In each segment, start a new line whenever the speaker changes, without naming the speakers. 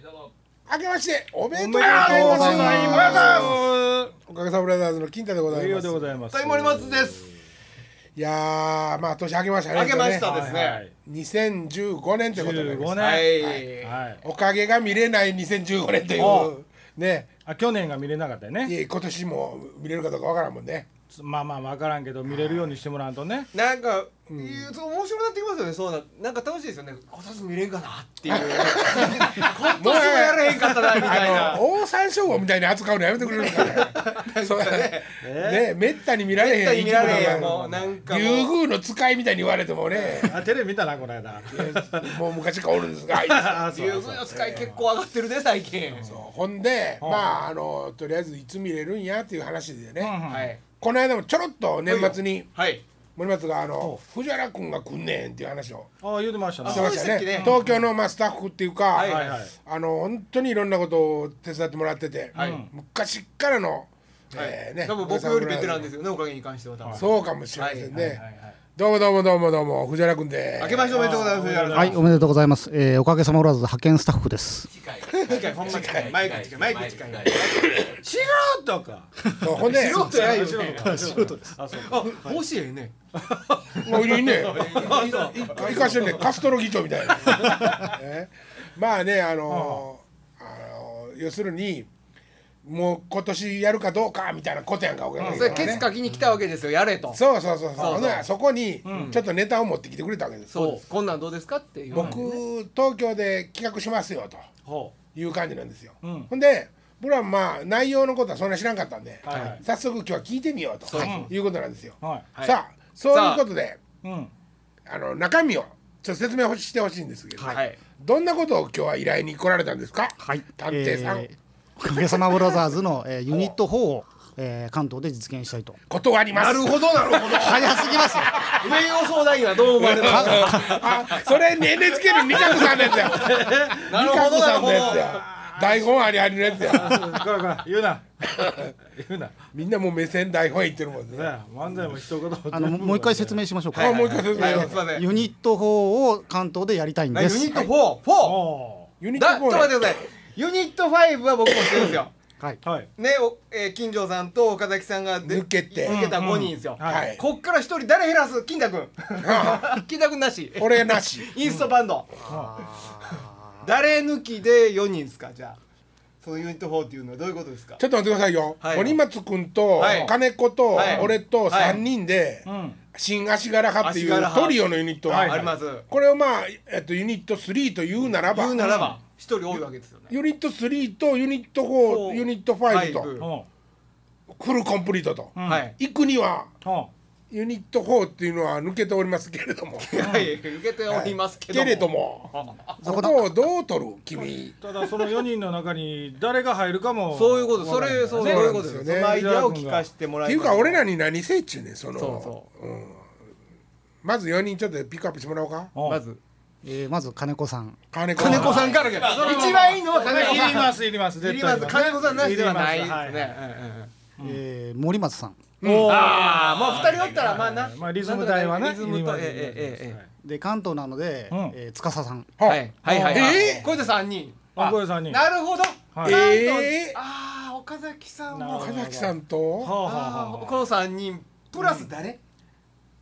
明けましておめでとうご
おめで
ざい
と
ま
うご
す
ざいま
おかげさまブラザーズの金太でござ
す。
い
栄
ま
養
す
でございます。
大森松です。
いやーまあ年明けましたね
明けました
本
です
はいはい
ね。
当ね2015年ということでございます
15
は
年。
い。
はい。
おかげが見れない2015年とい
お
う
う
ね
あ去年が見れなかったよ
い
ね。
え今年も見れるかどうかわからんもんね
まあまあわからんけど見れるようにしてもらうとね。
なんか、いうそう面白くなってきますよね。そうな、なんか楽しいですよね。今年見れんかなっていう。今年もやれへんかったなみたい
あ
な。
の大山椒魚みたいに扱うのやめてくれるからねそうねねめったに見られへん
絶対見られへん。
生き物
もう、
が
なんか
リ
もう。
ュウグウの使いみたいに言われてもね
あテレビ見たなこの間。
もう昔からおるんですがあいつ
あそ
竜宮
うそう。
の使い結構上がってるね最近
ほんで、まああのとりあえずいつ見れるんやっていう話でね、
うん
はい
この間もちょろっと年末に
はい
森松があの藤原君が来んねんっていう話を
あ言うてましたね
してました
あそうでした
ね
っけね
東京のまあスタッフっていうか、
はい
はいはい。
あの本当にいろんなことを手伝ってもらってて、
はい
昔っからの、えーね
多分僕よりベテランですよねおかげに関しては多分
そうかもしれません
は
ね、
い
はいはい
どうもどうもどうもどうも藤原君で
明けましておめでとうございます
あー
藤原さん
はい、おめでとうございます。えーおかげさまブラザーズ派遣スタッフです。
近いほんま近いマイク近いマイク近い
素人か。
そうほんで
素人やないよ
素
ね
人か。素人です。あそう。
あもしええね
もういいね
あそう
生かしてるねカストロ議長みたいな、 えまあねあのあの要するにもう今年やるかどうかみたいなことやんかおかげ
それケツ書きに来たわけですよやれと
そうそうそうそう
そう
ほんならそこにちょっとネタを持ってきてくれたわけです、
そうこんなんどうですかっていう
僕東京で企画しますよと
ほ
いう感じなんですよ、
うん
ほんで僕らはまあ内容のことはそんな知らんかったんで、
はいはい
早速今日は聞いてみようと
そう
いうことなんですよ、
う。はい。
はい
さあそういうことで
うん。
あの中身をちょっと説明をしてほしいんですけど、
はい
どんなことを今日は依頼に来られたんですか。
はい、
探偵さん、
えーおかげさまブラザーズの、えーユニット4を、えー関東で実現したいと。
断ります。
なるほどなるほど
早すぎますよ。
名誉相談員はどう思われますか
あ、それ NHK の二角さんのや つや。
なる
二
ほど
角
な
さ
る
ん
ほど
のやつや。台本ありありのやつや。
こらこら言うな。言うな。ね
みんなもう目線台本言ってるもんね。
漫才も一言も。
あのももう一回説明しましょうか。
あ、もう一回説明
は
し
い
ます
いません
ユニット4を関東でやりたいん
ユニ
です。
ット4 4
お
ユニッ
だ
ト
ちょっ
コ
と
ー
待って
ナ
くださいユニット5は僕もしてるんですよ
はい。
ー。はい。
ねお、えー金城さんと岡崎さんがで
抜けて
抜けた5人ですよ、
うんうん
はいはい
こっから一人誰減らす金田 君金田君なし
ー。俺なし。
インストバンド、誰抜きで4人ですかじゃあそのユニット4っていうのはどういうことですか
ちょっと待ってくださいよ。
はい
森松くんと
はい
金子と
はい
俺と三人で
うん。
新足柄派ってい
足柄
う
派
トリオのユニット
はい
あ
が
ります
これをまあえっとユニット3と言うならば
言うならば1人多いわけですよね
ユニット3とユニット
う
4
ん
ユニット5と
お
フルコンプリートと
うん。
はい。
行くには
お
ユニット4っていうのは抜けておりますけれども
はい受けておりますけども、
けれどもそこをどう取る君
ただその4人の中に誰が入るかも
そういうことそれそう
ね
そういうことです
そうなんです
よそ
よね
のアイデアを聞かせてもら
っ
え
てい
れ
う
ば
か俺らに何せっちゅうねんその
そうそ
うんまず4人ちょっとピックアップしてもらおうか
ま
ま
ず
ず
えーまず金子さん。
金子
金子さんからけど一番いいのは金子
い
さん
りますいります
いります
絶対
金子さんなしではないですね、
はいはい
えー森松さん。
お
ああまあ二人おったらまあな、
まあリズム隊はね
リズムとええええええ
で関東なので、
うん
えー司さん。
は
はいはいはいはい、
え
これで三人
あこれ三人
なるほど、
はい
なんと
ええ
ああ岡崎さん
なるほ
も
ど
岡崎さんと
はあはあ
あ
は
あ
あ
この三人プラス誰、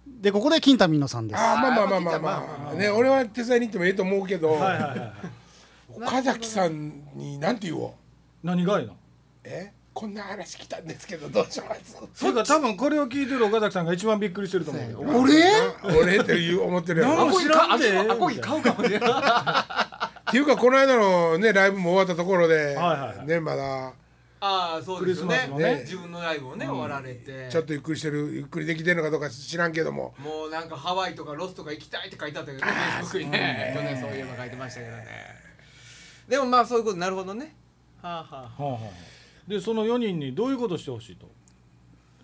でここで金田美乃さんです。
あーまあまあまあ
あーま
まあ
あ
まあね俺は手伝いに行ってもええと思うけど
はいはいはい
岡崎さんに何て言おう
何がいいの
えこんな話来たんですけどどうします
それか多分これを聞いてる岡崎さんが一番びっくりしてると思うよ
な俺っていう思ってるや
なん
ろ
も知らんで
アコギ買うかもしれない
っていうかこの間のねライブも終わったところで
はいはいはい
ねまだ
ああそうですよ
クリ
ね
スマスも
ね
自分のライブをね、終わられて
ちょっとゆっくりしてるゆっくりできてるのかどうか知らんけども
もうなんかハワイとかロスとか行きたいって書いてあったけどねフェイスブックにね去年そういうの書いてましたけどねでもまあそういうことなるほどねはあはあはあ
はあはあでその4人にどういうことしてほしいと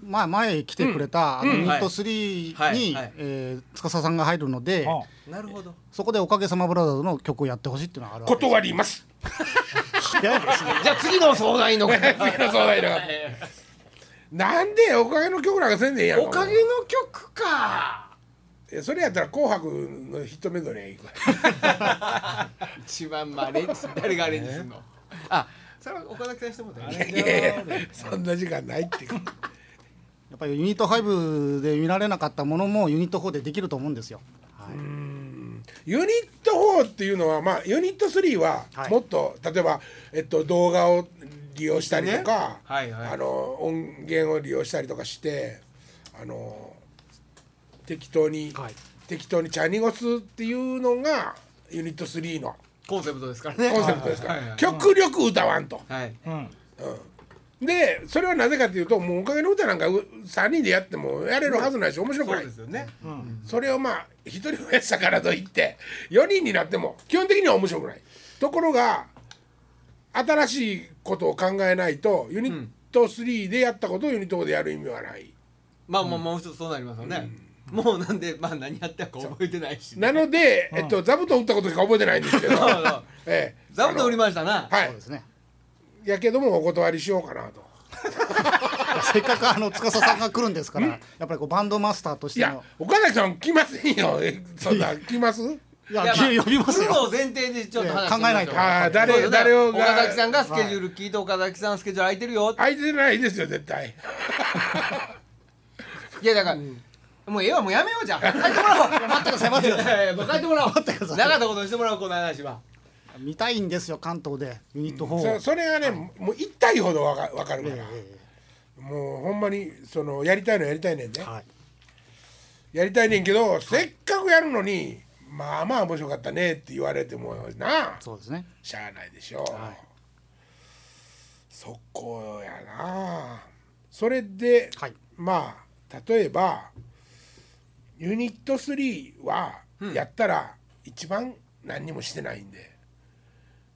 まあ前来てくれた、あのユニット3に、
はいはい
えー司さんが入るので、
は
なるほど。
そこでおかげさまブラザーズの曲をやってほしいっていうのはあるわけです。
断ります
早いですね。
じゃあ次の相談員の方。
次の相談員の方なんでおかげの曲なんかせんでええやん
おかげの曲か。
いやそれやったら「紅白」のヒットメドレー行くわ
一番まあアレンジ誰がアレンジするの、あそれは岡崎さんにしてもらっ
あ
た
れ
ら
じゃあ
そんな時間ないっていう
やっぱりユニット5で見られなかったものもユニット4でできると思うんですよ。はい
ユニット4っていうのは、まあ、ユニット3は
はい
もっと、例えば、えっと、動画を利用したりとか、
ねはいはい
あの音源を利用したりとかしてあの適当に、
はい
適当にチャニゴスっていうのがユニット3の
コンセプトですから
コ
ね
ンセプトですから、
はいはい
極力歌わんと。
はい
うん
でそれはなぜかというともうおかげの歌なんか3人でやってもやれるはずないし面白く
そ
な
う
い
ですよね、
それをまあ一人増やしたからといって4人になっても基本的には面白くないところが新しいことを考えないとユニット3でやったことをユニット4でやる意味はない、
まあまあもう一つそうなりますよね、もうなんでまあ何やったか覚えてないし、
なので、えっと、座布団打ったことしか覚えてないんですけ ど
そうそう
ええ
座布団売りましたな
あのは
そう
い
ですね。
やけどもお断りしようかなと
せっかくあの司さんが来るんですから、やっぱりこうバンドマスターとし
い
て
や
の。
岡崎さん来ませんよえそんな来ます
いや、
いやまあ
呼びます
来る
よ。
を前提にちょっと話してみ
いや
ましょう
考えないと
ああ
そう
誰
よね
誰をが
岡崎さんがスケジュール聞いて岡崎さんスケジュール空いてるよって
空いてないですよ絶対
いやだから、もうええわもうやめようじゃん帰ってもらおう待ってください待ってくださいやもう帰ってもらおう
ってください
なかったことにしてもらおうこの話は
見たいんですよ、関東で、ユニット4を。
そそれがね、もう一体ほどわかわかる
え
か
え
ら、
え
もうほんまにそのやりたいのやりたいねんね、
えはい。
やりたいねんけどせっかくやるのにまあまあ面白かったねって言われてもな
そうですね。
しゃあないでしょう、
はい
そこやなそれで、
はい
まあ例えばユニット3はやったら一番何にもしてないんで、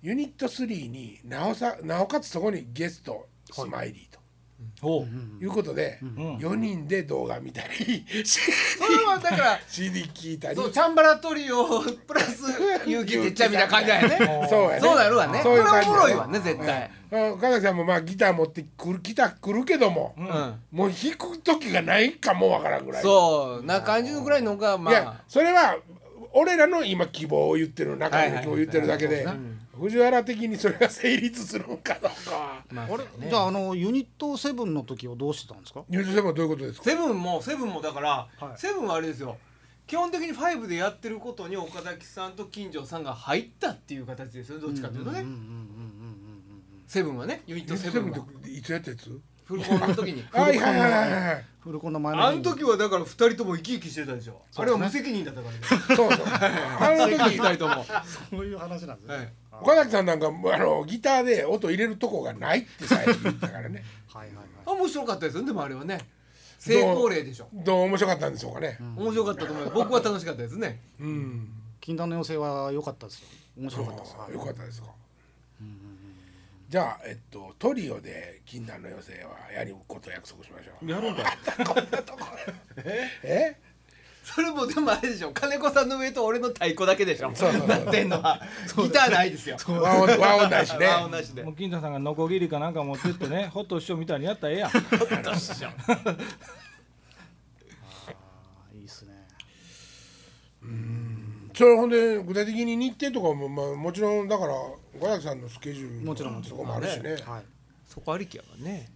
ユニット3になおさなおかつそこにゲストスマイリーと。
ほう
いうことで、
ん
4人で動画見たり
それはだから
CD 聞いたり
そうチャンバラトリオプラス勇気てっちゃみたいな感じだよね
そうやね
そうなるわね
そういう感じ
これはおもろいわね絶対
うん岡崎さんもまあギター持ってくるギター来るけども、
うん、
もう弾く時がないかもわからんぐらい
そうな感じのぐらいのがま
いや
あ
それは俺らの今希望を言ってる中
はいはい
の希望を言ってるだけで、藤原的にそれが成立するのかどうかは
まあ
あれ、じゃあ、あのユニット7の時はどうしてたんですか。
入場してもどういうことですか
セブンもセブンもだから、
はい
セブンはあれですよ基本的にファイブでやってることに岡崎さんと金城さんが入ったっていう形ですよどっちかというとね、セブンはねユニットセブン
セ
は
ブンっていつやったやつ
フルコンの時に
はいはいはいはいはい
フルコンの前の
あ
日
の
に。
時はだから二人とも生き生きしてたでしょあれは無責任だったからです
そうそうあの時
二人とも、は
そういう話なんですね。
い、
岡崎さんなんかもうあのギターで音入れるとこがないって最初言ったからね
はいはいはい。
あ面白かったですよでもあれはね成功例でしょ
どう面白かったんでしょうかね
面白かったと思います僕は楽しかったですね
うん、
禁断の妖精は良かったですよ。面白かったです。
あ
は
あ
い
よかったですか、じゃあ、えっと、トリオで禁断の妖精はやることを約束しましょう
やるんか
え
それもでもあれでしょ金子さんの上と俺の太鼓だけでしょ
そうそうそう
なってんのはギターないですよ
和音和音ないしね
和音なしで
もう金田さんがノコギリかなんか持ってっ てねホット師匠みたいにやったらええやん
あーいいですね。
それほんで具体的に日程とかも、まあ、もちろんだから岡崎さんのスケジュール
もちろんもち
そ
ろん
こもあるしね
はい。
そこありきやわね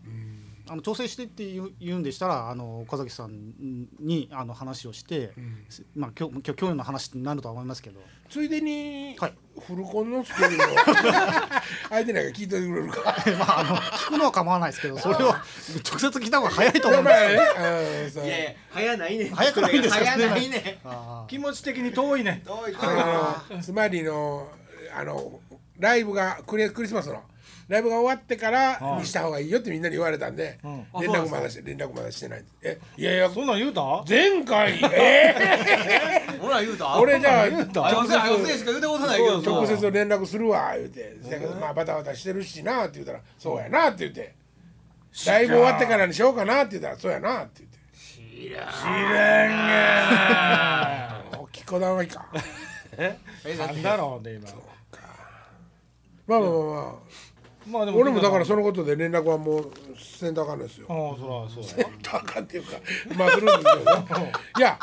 あの調整してって言う言うんでしたらあの岡崎さんにあの話をして、すまあ今日今日今日の話になるとは思いますけど
ついでに、
はい
フルコンのスケジュールを相手なんか聞いてくれるか
まああの聞くのは構わないですけどそれ を直接聞いた方が早いと思いま
まあ
す。
ねうんそう
いやいや早ないね
早くないんですか
早ないね
あ
気持ち的に遠いね
どうい
あのつまりのあのライブがクリクリスマスのライブが終わってからにした方がいいよってみんなに言われたんで、
ん
あ
連
そうなん
絡
ですか
まだして連絡まだしてないえいやいや
そんなん言うた
前 回え
ほら言うた
ー、俺じゃあ
あ
直
女性あ女性しか言うたことないけど
接直接連絡するわ言うて、せやけどまあバタバタしてるしなって言うたらそうやなって言ってライブ終わってからにしようかなって言ったらそうやなって言って おっきこだまいか
えだっ
な
て
んだろうね今
まあまあまあまあ
まあでも
俺もだからそのことで連絡はもうせんとあかんのですよ
ああそらそうだよ
あかんっていうか、まあ、するんですけどね。いや、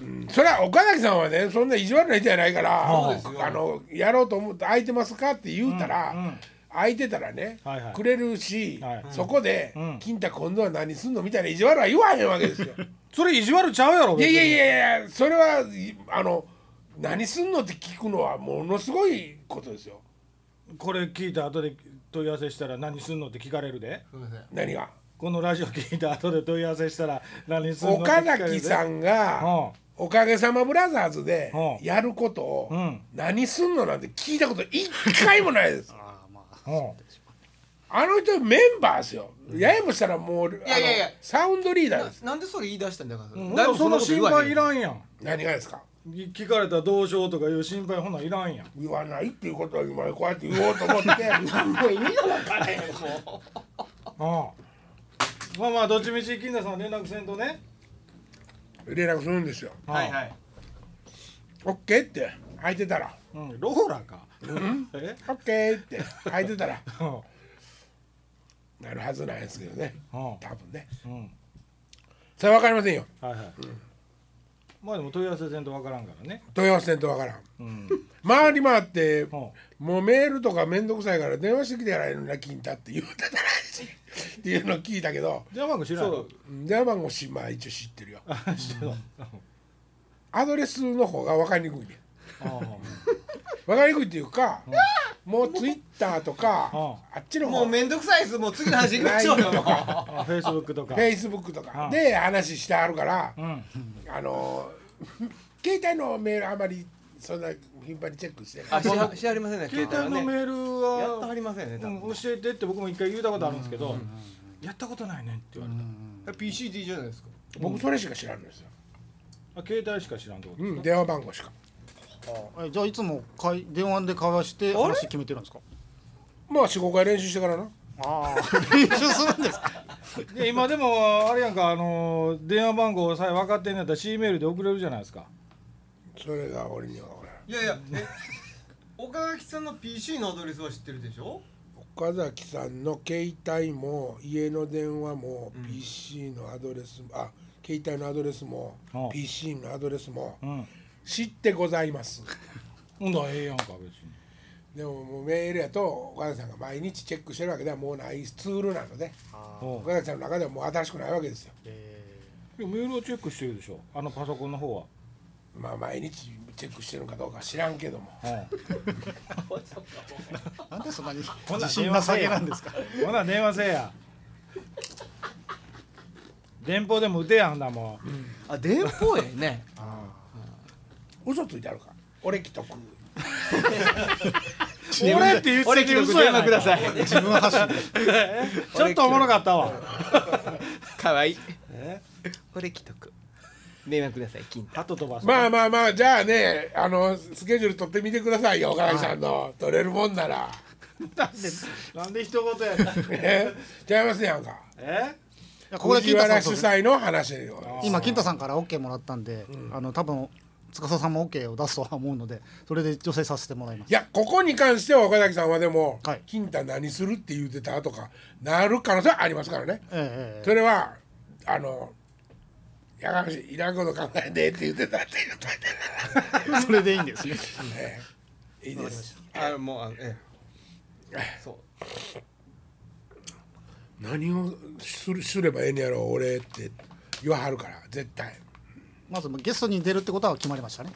うんそれは岡崎さんはねそんな意地悪な人やないから
そうですよ
あのやろうと思って空いてますかって言うたら、
うんうん
空いてたらね、
はいはい
くれるし、
はい
そこで、
うん
金太今度は何すんのみたいな意地悪は言わへんわけです よ。
それ意地悪ちゃうやろ
いやい
別に
やいやいやそれはいあの何すんのって聞くのはものすごいことですよ
これ聞いた後で問い合わせしたら何すんのって聞かれるです
みません
何が
このラジオ聞いた後で問い合わせしたら何すんのって聞か
岡
れるで
崎さんが
う
「おかげさまブラザーズ」で
うん
やること
う
を
ん
何すんのなんて聞いたこと一回もないです
あーまあ
んうん
あの人メンバーですよややもしたらもうあの
やいやいや
サウンドリーダーです
ななんでそれ言い出したんだから、
ほ
だい
な
ぶ
その
こと言
心
わへ
配
ん
いらんやん
何がですか
聞かれたらどうしようとかいう心配ほないらんやん
言わないっていうことは今こうやって言おうと 思って
もう意味が分からへんもう
ああまあまあどっちみち金田さん連絡せんとね
連絡するんですよ
はいはい
「オッケーって空いてたら
うん、ローラかえ
「オッケーって空いてたら
うん
なるはずなんですけどね
うん
多分ね
うん
それは分かりませんよ
はいはい、まあでも問い合わせせんとわからんからね
問い合わせんと分からん
うん
回り回って
ほ
もうメールとか面倒くさいから電話してきてやられるな金太って言うてたらしい っていうのを聞いたけど
うじゃあまあ知らん
そう
うん電話番号しまあ一応知ってるよ
あ知 ってた
アドレスの方が分かりにくいね
あ
分かりにくいっていうかもうツイッターとか
う
あっちの
も
方
う
フ
めんどくさいですもう次の話行きましょうよもう
あああフェイスブックとか
ェイスブックとか
うん
で話してあるから
うん
あの 携帯のメールあまりそんな頻繁にチェックしてない
あしはしはりませんね
携帯のメール
はねやったは
は、
りませんね多
う
分
ん、教えてって僕も一回言うたことあるんですけど、やったことないねんって言われた、
PC でいいじゃないですか
僕それしか知らんのですよ
あ携帯しか知らんってこと
う
です
ん電話番号しか
えじゃあいつもかい電話で会話して
れ
話決めてるんですか
まあ45回練習してからな
ああ練習するんですか
で今でもあれやんかあのー電話番号さえ分かってんのやったら C メールで送れるじゃないですか
それが俺にはほら
いやい やえ岡垣さんの PC のアドレスは知ってるでしょ
岡崎さんの携帯も家の電話も PC のアドレスも、あ携帯のアドレスも
ああ
PC のアドレスも
うん
知ってございます
ほんだらええやんか別に
でももうメールやと岡崎さんが毎日チェックしてるわけではもうないツールなので
おう
岡崎さんの中ではもう新しくないわけですよ
え
いやメールをチェックしてるでしょあのパソコンの方は
まあ毎日チェックしてるのかどうか知らんけども
う
ーなんでそんなに
ん
自信なさげなんですか
んほな電話せえ や電報でも打てやほんだもん
あ電報ええね
嘘ついてあるか俺既得
俺って言っ
俺
て
記
て
録
嘘や
電
な
話
い
くださ
か
い
自分発信
ちょっとおもろかったわ
かわいい
え
俺既得電話ください金太
鳩飛ばす
まあまあまあじゃあねあのスケジュール取ってみてくださいよ岡崎さんの取れるもんなら
なんで一言やね ん
えちゃいますやんか
え
ここで
藤
金太さ
原
ん
主
そうです
催の話を
今金太さんから OK もらったんで、あの多分司さんも OK を出すとは思うのでそれで女性させてもらいます
いやここに関しては岡崎さんはでも
はい
「金太何する?」って言うてたとかなる可能性はありますからね
えええ
それはあの「やがましいいらんこと考えて」って言ってたって言うたんで
え それでいいんですね
ええいいです
あもうあええそう
何をするすればええんやろ俺って言わはるから絶対
まずゲストに出るってことは決まりましたね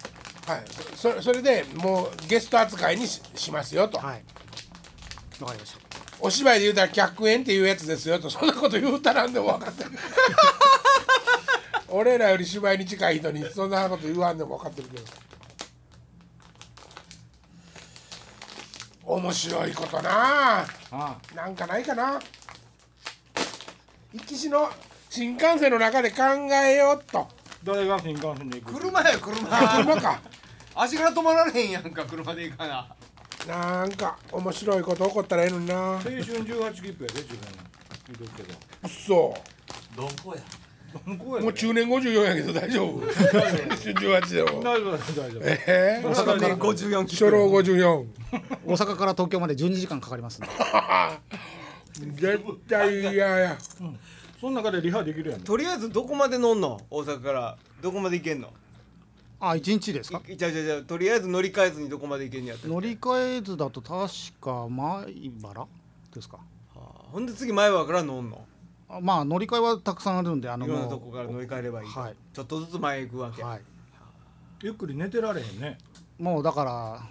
はいそそれでもうゲスト扱いにししますよと
はいわかりまし
お芝居で言うたら客演っていうやつですよとそんなこと言うたらんでも分かってる俺らより芝居に近い人にそんなこと言わんでも分かってるけど面白いことなあ
あ
なんかないかな行きしの新幹線の中で考えようと
誰が新幹線で行く
車や
あ
車
車か
足から止まられへんやんか車で行かな
なんか面白いこと起こったらええのにな
青春18切符やで自分言うとくけど
うっそ
向こうやで
もう中年54やけど大丈 夫18だよ
大丈夫大丈夫大丈夫
ええ
大阪で54キ
初老54
た大阪から東京まで12時間かかりますんで
絶対嫌や
その中でリハできるやん
とりあえずどこまで乗んの大阪からどこまで行けんの
あ一日ですか
いじゃあじゃあじゃあとりあえず乗り換えずにどこまで行けんやった
乗り換えずだと確か米原ですか
はあほんで次前原から乗んの
あまあ乗り換えはたくさんあるんであの
いろんなとこから乗り換えればいいと、
はい
ちょっとずつ前へ行くわけ、
はい
ゆっくり寝てられへんね
もうだから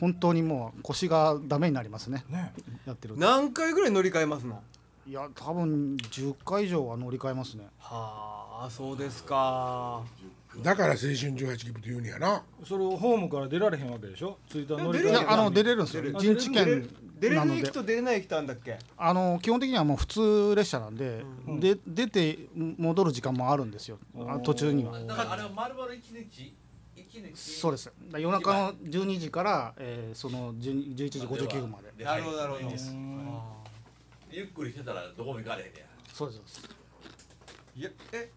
本当にもう腰がダメになりますね
ね
やってると
何回ぐらい乗り換えますの
いや多分10回以上は乗り換えますね
はあそうですか
だから青春18切符というんやな
それをホームから出られへんわけでしょ着いた乗り
出れ
い
る
換
や
え
あの出
れ
れるんですよ
出れる
一日
出れる
券
出れ
な
る
の
駅
で
と出れない駅とあんだっけ
あの基本的にはもう普通列車なんで、
ん
で出て戻る時間もあるんですよあ途中には
だからあれは丸々一日一日
そうですだから夜中の12時から、えーその10 11時59分まで
なるほどなるほど
です
あ
ゆっくりしてたらどこも行かれへんねや
そうですそうです
ーいやえ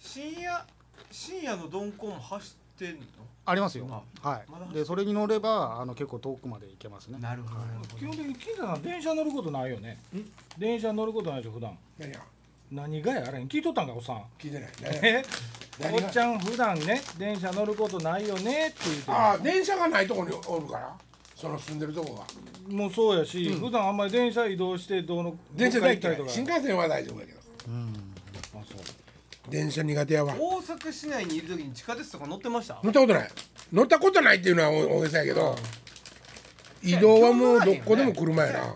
深夜深夜の鈍行も走ってんの
ありますよ
ま
は
まだ
いでそれに乗ればあの結構遠くまで行けますね
なるほど
基本的に金田さん電車乗ることないよね電車乗ることないでしょ普段
何や
何がやあれ聞いとったんかおっさん
聞いてないね
え
何
お
が
っちゃん普段ね電車乗ることないよねって言うて
ああ電車がないとこにおるからその住んでるとこが
もうそうやし、普段あんまり電車移動してどうの
電車
どっか
大
行った
嫌い
りとか
新幹線は大丈夫やけど
あそう
電車苦手やわ
大阪市内にいる時に地下鉄とか乗ってました
乗ったことない乗ったことないっていうのは大大げさやけど移動はもうどっこでも車やな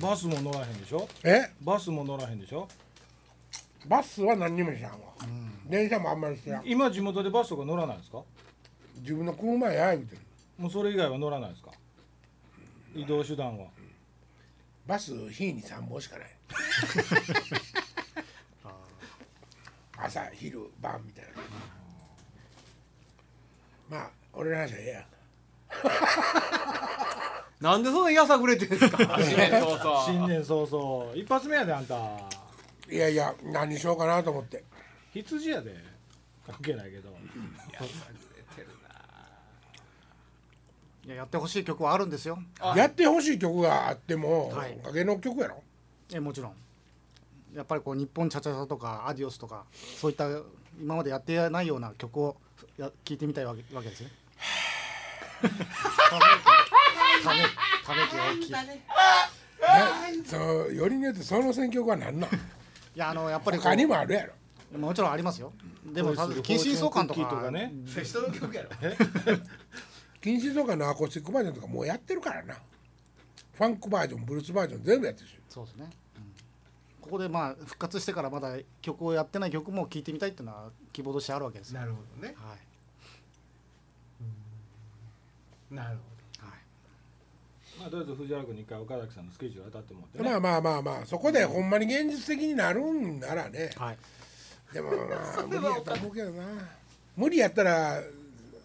バスも乗らへんでしょ
え
バスも乗らへんでしょ
バスは何にも知らんわ電車もあんまり知らん
今地元でバスとか乗らないんですか
自分の車や言うてる
もうそれ以外は乗らないですか移動手段は
バス日に3本しか ない朝昼晩みたいなまあ俺の話はええや
なんでそんなやさぐれてるんですか新年早
新
々
年早々一発目やであんた
いやいや何しようかなと思って
羊やで関係ないけど
いややってほしい曲はあるんですよ
あ
やってほしい曲があっても
はい
おかげの曲やろ
えもちろんやっぱりこう「日本チャチャチャ」とか「アディオス」とかそういった今までやってないような曲をや聴いてみたいわけわけですね。ためため息大きいい
なそうよりによってその選曲は何なん
やあのやっぱりこ
他に
う
もあるやろ
もちろんありますよでも
恋する
近親相関と
フォーチュンクッキーと
か
かね
人の曲やろ
近親とかのアコースティックバージョンとかもうやってるからなファンクバージョンブルースバージョン全部やってるし
そうですね、うんここでまあ復活してからまだ曲をやってない曲も聴いてみたいっていうのは希望としてあるわけです よ。
なるほどね
はい
なる
はい
まあとりあえず藤原君に一回岡崎さんのスケジュール当たってもらって
ま
ね
あまあまあまあそこでほんまに現実的になるんならね
はい、
でもまあ無理やったら思うけどな無理やったら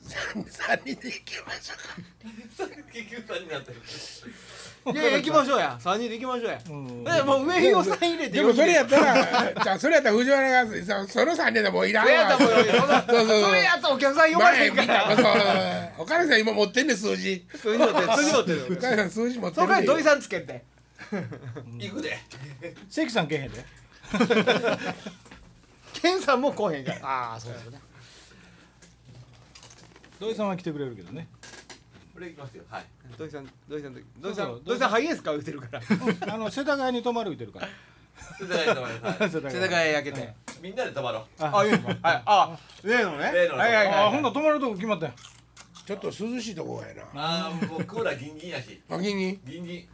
三三人で行きましょ
結局3になってる
ほどいやいや行きましょうや3人で行きましょうや
うん
えもう上ひをさん入れて
うでもそれやったらじゃあそれやったら藤原がそその三人でもういらん
それやったらもう
わ
それやったらお客さん呼ばれへ
前
ん
み
か
たい
ら
なそう岡崎さん今持ってんね数字
数字持って数字持って
岡
る
崎さん数字持って
そ
る
の代わり土井
で
さんつけて
行くで
関さんけえへんで
ケンさんも来へんから
ああそうですよね。
土井さんは来てくれるけどね
これ行きますよはい
土井さん土井さん土
そ
井
う
さ
そ
ん
う
土井さんハイエース買うてるから
うんあの世田谷に泊まる言うてるから
世田谷で泊まりますはい
世田
世田谷焼けて
みんなで泊まろう
あいいのかはいあ例のね
例のね
はいはい
あ
は
あ
い
ほんなら泊まるとこ決まったよ
ちょっと涼しいとこがやな
ああもうクーラーギンギンやし
あギンギン
ギンギン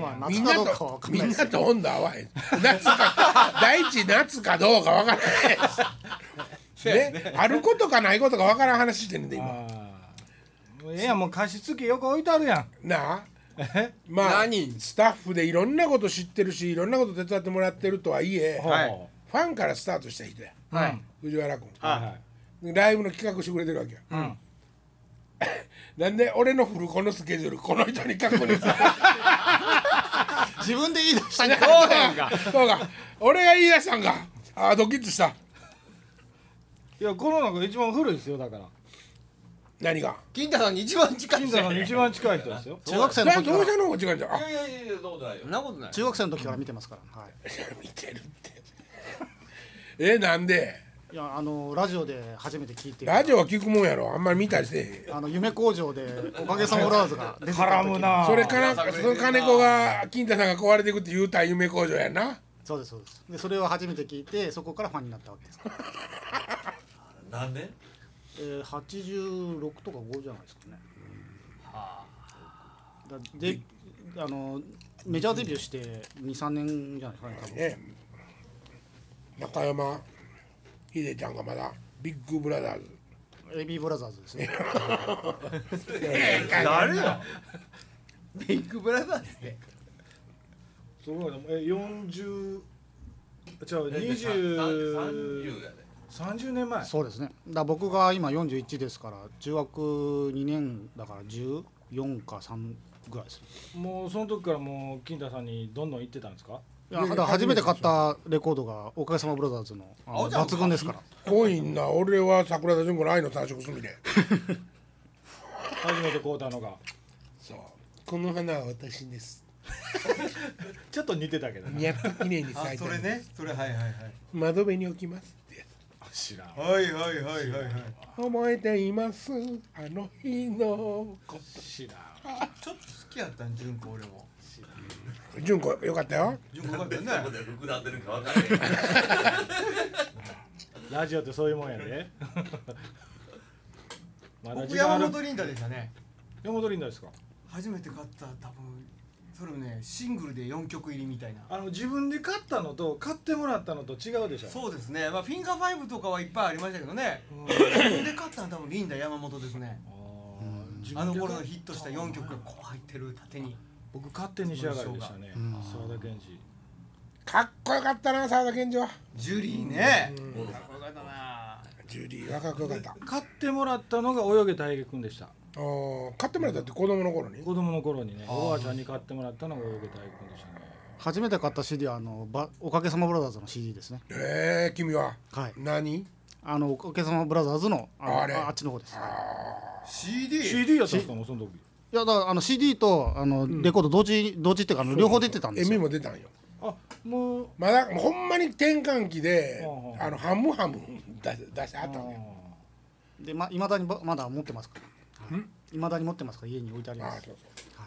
まあ
み
夏
んな
かどうかはわ
と
かん
み
ない
ん
です
な
けど。
と温度合わへん夏か第一夏かどうかわから
せ
へ
や
んねあることかないことかわからん話してんねんで今
ああもうええやんもう加湿器横置いてあるやん
なあまあ
何
スタッフでいろんなこと知ってるしいろんなこと手伝ってもらってるとはいえ
はい
ほうほ
ファンからスタートした人や
う
はい
うん
藤原君
はい
はいはい
ライブの企画してくれてるわけや、
ん
なんで俺のフルコのスケジュールこの人に確認する
自分で言い出したんか。
そうなんか
そうか俺が言い出したんかああドキッとした
いやこの中で一番古いですよだから
何が
金太さんに一番近い
金
人
田さ
や
んの一番近い人ですよ
中学生
そ
の
れは
時
どうし
か
たの方が違うんじゃん
い
あ
やいやいやそんなことないよ
そんなことない
ら中学生の時から見てますから。はい。
見てるってえなんで
いやあのラジオで初めて聞いて
ラジオは聞くもんやろあんまり見たりせえへん
あの夢工場でおかげさまラーズが出てた時
絡むな
それから
あー
その金子が金太さんが壊れていくって言うた夢工場やな
そうですそうですでそれを初めて聞いてそこからファンになったわけです、
何年
えー、86とか5じゃないですかねだであのメジャーデビューして23年じゃないですかね多分
ね中山秀ちゃんがまだビッグブラザーズ
AB ブラザーズですね
誰だビッグブラザーです ね
すごいなえ40じゃあ2030
?30 やで。
年前
そうですね。だから僕が今41ですから、中学2年だから14か3ぐらいですね。
もうその時からもう金太さんにどんどん行ってたんですか
いや、だから初めて買ったレコードがおかげさまブラザーズのあの
青ちゃん
抜群ですから。
多いんな俺は桜田淳子の愛の三色すみれ
初めて買うたのが
そうこの花は私です
ちょっと似てたけどね
やっと綺麗に咲いてる
それはいはいはい
窓辺に置きますって
知らん
はいはいはいはいはい
覚えていますあの日のこ
知らん
ちょっと好きやったん純子俺も
と淳子よかったよ
純子よかった
で
よ
そこ
ね
で膨らんでるか分からへん。
ラジオってそういうもんやで まだ
僕
時間あ
山
る
本リンダでしたね
山本リンダですか
初めて買った多分それもねシングルで4曲入りみたいな
あの自分で買ったのと買ってもらったのと違うでしょ
そうですねまあフィンガーファイブとかはいっぱいありましたけどね自分で買ったのは多分リンダ山本ですね
あー自
あの
分で買っ
頃のヒットした4曲がこう入ってる縦に
僕勝手に仕上がりでしたね
うん
沢田研二
かっこよかったな沢田健二は
ジュリーね
うん
かっこよかったな
ジュリーはかっこよかった
買ってもらったのが泳げたいげくんでした
お買ってもらったって子供の頃に
子供の頃にねおばあちゃんに買ってもらったのが泳げたいげくんでしたね
初めて買った CD はあのばおかげさまブラザーズの CD ですね。
えー、君は
はい。
何
あのおかげさまブラザーズのあの
あれ
ああっちの方です。
CD
CD やったんですかもうその時
いやだからあの CD とあのレコード同時同時っていうかあの両方出てたんです
エミ
よ。
も出たんよ
あもう
まだほんまに転換期で
うんうん
あのハムハム出し出してあ
あ
ったんだよ
でま未だにばまだ持ってますから。未だに持ってますから家に置いてあり
あ
ま
あ
す。
そう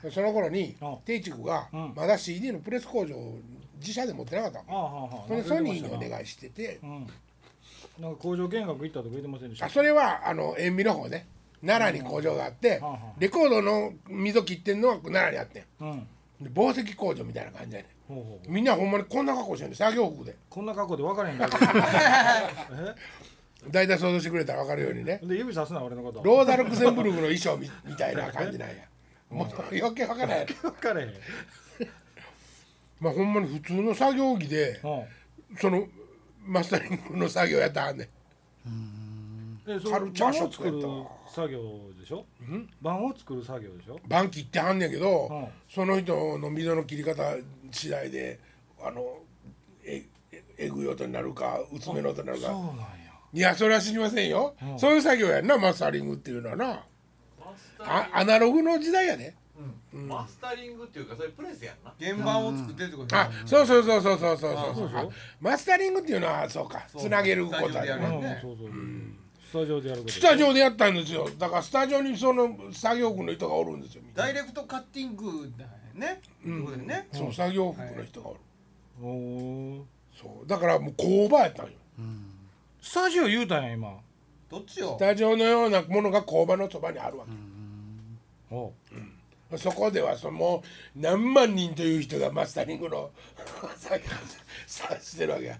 そう、その頃に
うん
定畜が
うん
まだ CD のプレス工場を自社で持ってなかったの
ああはあはあ
それでソニーにお
い
願いしてて
うんなんか工場見学行ったとか言ってませんでした
あそれはあの塩味の方ね奈良に工場があって
うんうん
レコードの溝切ってんのは奈良にあってん
うん
で宝石工場みたいな感じやね
ほうほうほうん
みんなほんまにこんな格好してんの作業服で
こんな格好で分からへんかえ
大体想像してくれたら分かるようにね
で指さすな俺のこと
ローザ・ルクセンブルクの衣装みみたいな感じなんやもう余計分からない
分からへん
まあほんまに普通の作業着で
うん
そのマスタリングの作業やったんね
でそ
カ
の
ルチャー
盤
ショ
を
ッ
作
クや
る
ったわ
作業でしょ盤を作る作業でしょ
バン切ってはんねんけど、
うん
その人の溝の切り方次第であのえええぐい音になるか薄めの音になる
そう
か
なんや
いやそれは知りませんよ、
うん
そういう作業やんなマスタリングっていうのはな
マスタ
あ
リ
アナログの時代やで、
ング。マスタリングっていうか、それプレスやんな。
原盤を作ってってこと
あそうそうそうそうそうそうそう
あ
あマスタリングっていうのはそうかつなげること
スタジオで
や
やる
ね
ね
うんそうそうスタジオでやること
スタジオでやったんですよだからスタジオにその作業服の人がおるんですよみんな
ダイレクトカッティングだよねってことだよね
そう作業服の人がおる、
おー
そうだからもう工場やったんよ
スタジオ言うたんや今
どっちよ
スタジオのようなものが工場のそばにあるわけ、
お
そこではそのもう何万人という人がマスタリングの 作業をさしてるわけや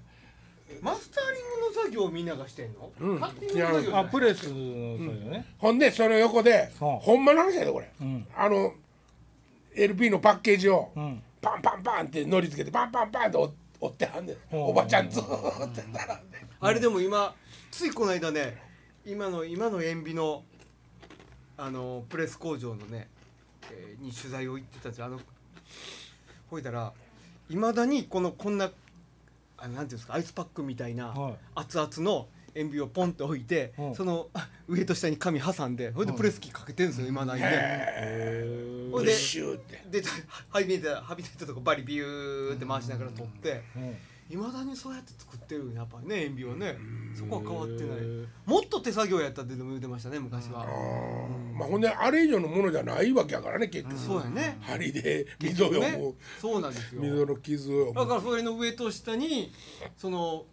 マスタリングの作業をみんながしてんの、カッティングの作業じゃない
あプレスの作業ね
ほんでその横で、
そう
ほんまの話やでこれ、
うん
あの LP のパッケージを
うん
パンパンパンって乗りつけてパンパンパンって折折ってはんねん
うん
おばちゃんずーっと並んで
あれでも今ついこの間ね今の今の塩ビのあのプレス工場のね、えーに取材を行ってたんですよあのほいたらいまだにこのこんなあなんていうんですかアイスパックみたいな、
はい
熱々の塩ビをポンと置いて、
うん
その あ上と下に紙挟んでそれでプレス機かけてるんですよいまだにね。
へ
ほい
ーブッ
で
シューって
でははみ出たはみ出たとこバリビューって回しながら撮って。
うん
いまだにそうやって作ってるよねやっぱりね塩ビはねそこは変わってないもっと手作業やったってでも言ってましたね昔は
あーまあほんであれ以上のものじゃないわけやからね結
そう
局
やね
針で
結
溝を
局
読
ね
む
そうなんですよ
溝の傷を
だからそれの上と下にその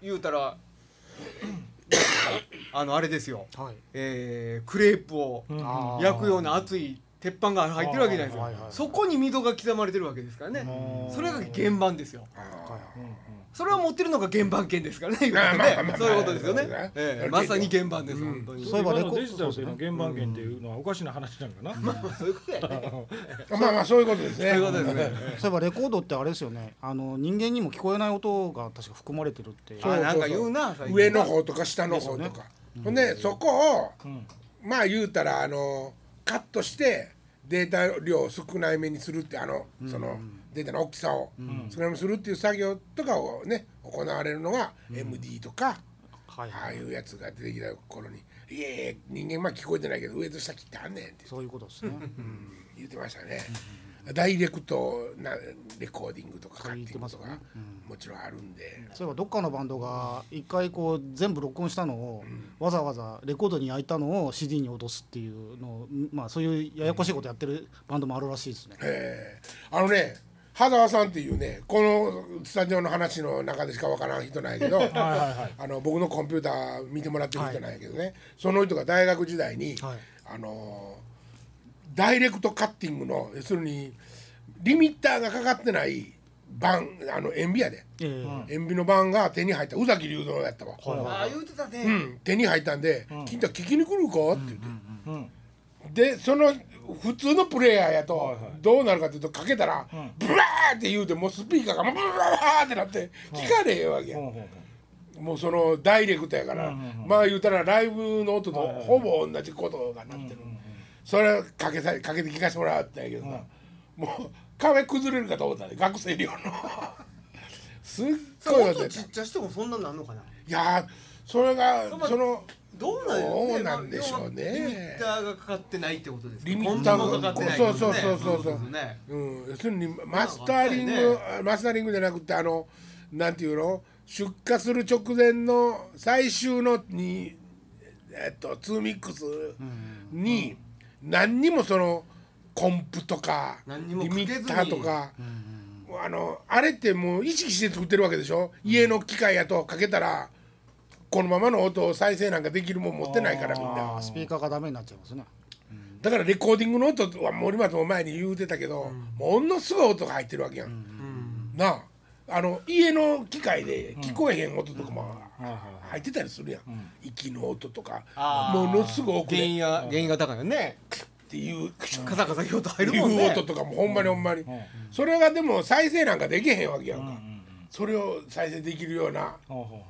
言うたら あのあれですよ、
はい
えークレープを
あー
焼くような熱い鉄板が入ってるわけじゃないですか、
はいはいはい
そこに溝が刻まれてるわけですからね
あー
それが原版ですよ
あ
それを持ってるのが原版権ですからね言う
まあ
た
まあまあ
ら
まあ
ねそういうことですよね
そうだね、
ええまさに原版です、
うん
本当に
そういえば
今
レコ
のデジタルでの原版権っていうのはおかしな話なんかな、
そういうことやね
ーまあまあそういうことですね
そういうことですね
そういえばレコードってあれですよねあの人間にも聞こえない音が確か含まれてるって
そう
あなんか言うな最近
上の方とか下の方とか、ほんでそこを
うん
まあ言うたらあのカットしてデータ量を少ないめにするってあのそのデータの大きさを少なめにするっていう作業とかをね行われるのが MD とか
はい
あ
は
あ
い
いうやつが出てきた頃に「いえいえ人間まあ聞こえてないけど上と下切ってあんねん」って
そういうことですね
言ってましたね。ダイレクトなレコーディングとかカ
そう
ッ
言っ
ティ
て
ング
ます
と
よ
か
ね
がもちろんあるんで
そういえばどっかのバンドが一回こう全部録音したのをわざわざレコードに焼いたのを CD に落とすっていうのをまあそういうややこしいことやってるバンドもあるらしいですね。
えーあのね羽沢さんっていうねこのスタジオの話の中でしかわからん人なんやけど
はいはいはい
あの僕のコンピューター見てもらってる人なんやけどね、その人が大学時代に、
はい
あのーダイレクトカッティングの要するにリミッターがかかってない版あの塩ビやで
ええ
塩ビの版が手に入った宇崎竜三やったわ、
ああ言うてたね、
うん、手に入ったんで「金太聞きに来るか?」って言って。
うん
でその普通のプレイヤーや
はい
と
はい
どうなるかというとかけたら
ん
ブワーって言うてもうスピーカーがブワーってなって聞かれへんわけや
ほうほうほ
もうそのダイレクトやから
うんうんうん
まあ言うたらライブの音とほぼ同じことがなってるそれかけさかけて聞かせてもらったんやけどさもう壁崩れるかと思ったね学生寮のすっ
そ
ごい
れ
音
音
やった
ちっ
い
ちゃしてもそんなんなんのかな
やーそれが
そんな
その
どうなんやろね
どうなんでしょうね
まあ要はリミッターがかかってないってことですか
リミッターが
コンボがかかってないって
そ
こと
うそう
ですね
そうそうそう
ですね
うん、要するにマスターリング、マスタリングじゃなくてあのなんていうの出荷する直前の最終のにえっと2ミックスに何にもそのコンプとか
何にも
リ
かけず
ミ
に
ッターとか。あのあれってもう意識して作ってるわけでしょ、家の機械やとかけたらこのままの音を再生なんかできるもん持ってないからみんな
あースピーカーがダメになっちゃいますね。
だからレコーディングの音は森松も前に言うてたけど、ものすごい音が入ってるわけやん、なああの家の機械で聞こえへん音とかも
はいはい
入ってたりするやん、息の音とか
あ
も
ー
のすごい奥
原
でっ
因が原因が高いよね
ていうクシュッ
カサカサ言うと
て
入るもん
いう
ね
音とかもほんまにほんまに、
んうん
それがでも再生なんかできへんわけやんか、
うんうん
それを再生できるような
ほうほうほ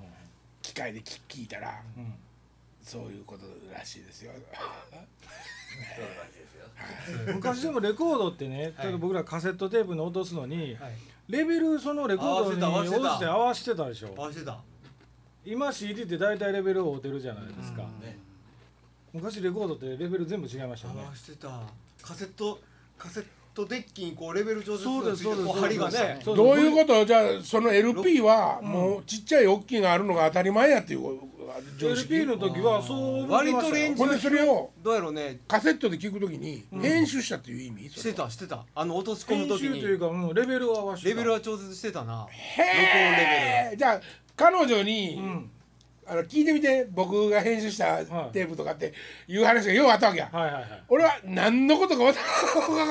機械で聞聞いたら、
ううん
そういうことらしいですよ
そういう感じですよ
昔でもレコードってね、
はい
例えば僕らカセットテープに落とすのに、
はい
レベルそのレコードに
合
応
わ
じ
せ
て
て
合
た
わせてたでしょ
あしてた
今 CD って大体レベルを合うてるじゃないですか、
ね
昔レコードってレベル全部違いましたよね
あしてたカセットカセットデッキにこうレベル上手
そうですそうです
針がね
そ
どういうことじゃあその LP はもうちっちゃい大きいがあるのが当たり前やっていう常識
LP の時はそう思って
割
まし
と
た
レン
よ
ジ
ほんでそれを
どうやろうね
カセットで聞くときに編集したっていう意味、
し
それ
てたしてたあの落とし込む
編
と
集
き
という
に
か、うん、レベルを合わせて
レ
た
ベルは調節してたな
へえじゃあ彼女に、
うん
あの聞いてみて僕が編集したテープとかっていう話がようあったわけや、
はいはいはい
俺は何のことか分か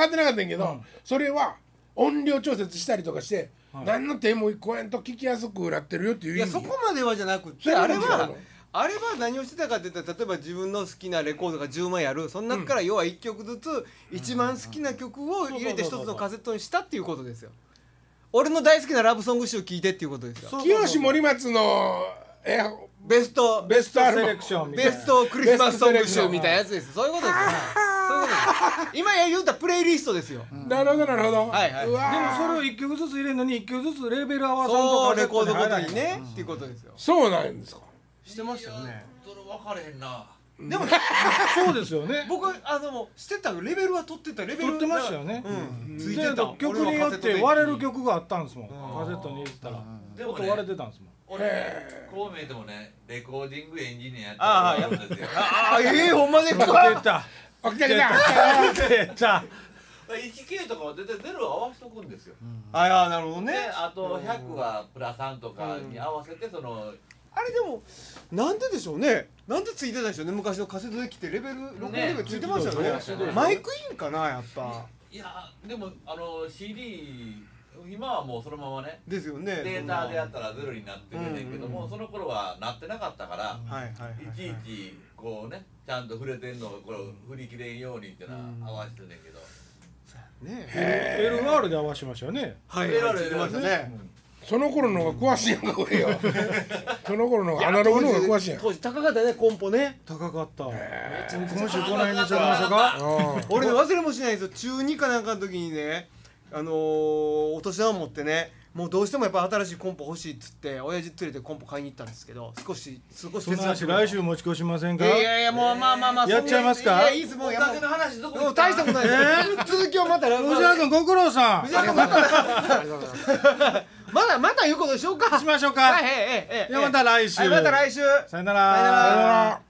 ってなかったんやけど、それは音量調節したりとかして、何の手も加えんと聞きやすくなってるよっていう
い
意
や
味
そこまではじゃなく
そ
て
れは
あれ
もちろんあ
は
る
あれは何をしてたかって言ったら例えば自分の好きなレコードが10枚あるその中から要は1曲ずつ一番好きな曲を入れて一つのカセットにしたっていうことですよ俺の大好きなラブソング集聴いてっていうことですよ
清森松のえ
ベスト
ベストアル
セ
バ
レ
ム
クションみたいな
ベストクリスマスソング集みたいなやつですそういうことですよそういうことです今や言うたらプレイリストですよ
なるほどなるほど。
はいはいう
わ
で
ー
もそれを一曲ずつ入れるのに一曲ずつレベル合わさん
そう
と
レコードごと
カセット
に
入らない
ねっていうことですよ
そうなんですか。
してましたよね
それ分かれへんな
でも
そうですよね
僕あのもうしてたレベルは取ってたレベル
撮ってましたよね
うんついて
で
た
曲によって割れる曲があったんですもんカセットに入れてたら
でも
音
ね
割れてたんですもん
俺ねこう見えてもねレコーディングエンジニアやって
ああ
るんですよ
ああええほんまで
出
か
た
あ来た来た
出た
1K とかは出てゼロを合わせとくんですよ
あいやなるほどね
であと100はプラ3とかに合わせてその
あれでもなんででしょうねなんでついてたんでしょうね昔のカセットデッキってレベル録音レベルついてましたよね
ねついてたよ
マイクインかなやっぱ
いやでもあの CD 今はもうそのままね
ですよね
データでやったらゼロになってるねんけど
うんうんう
も
ん
その頃はなってなかったから
はいはいはいはい
いちいちこうねちゃんと触れてんのがこれ振り切れんようにってな
うん
合わせてんねんけど
ね
LR で合わしましたよね
はい
エラー
ついてました
エラ
ね
その頃の方が詳しいやんか俺よその頃の方がアナログの方が詳しいやん
当時高かったねコンポね
高かった
え
今週この辺にしときましょうか
ー
俺ね忘れもしないですよ中2かなんかの時にねあのー、お年玉持ってねもうどうしてもやっぱ新しいコンポ欲しいっつって親父連れてコンポ買いに行ったんですけど少し少し
その話
手伝ってく
来週持ち越しませんか
れいやいやいやもうまあまあまあ
やっちゃいますか
そんないやいいですもう
お
いやも
酒の話ど
う
こ
もう大したことないです、続きをまた来
藤原君ご苦労さん
藤原君またまだまだ言うことでしょうか
しましょう
は
か
いええええええ
ではまた来週
はいまた来週
さよな
さよなら
ら
あー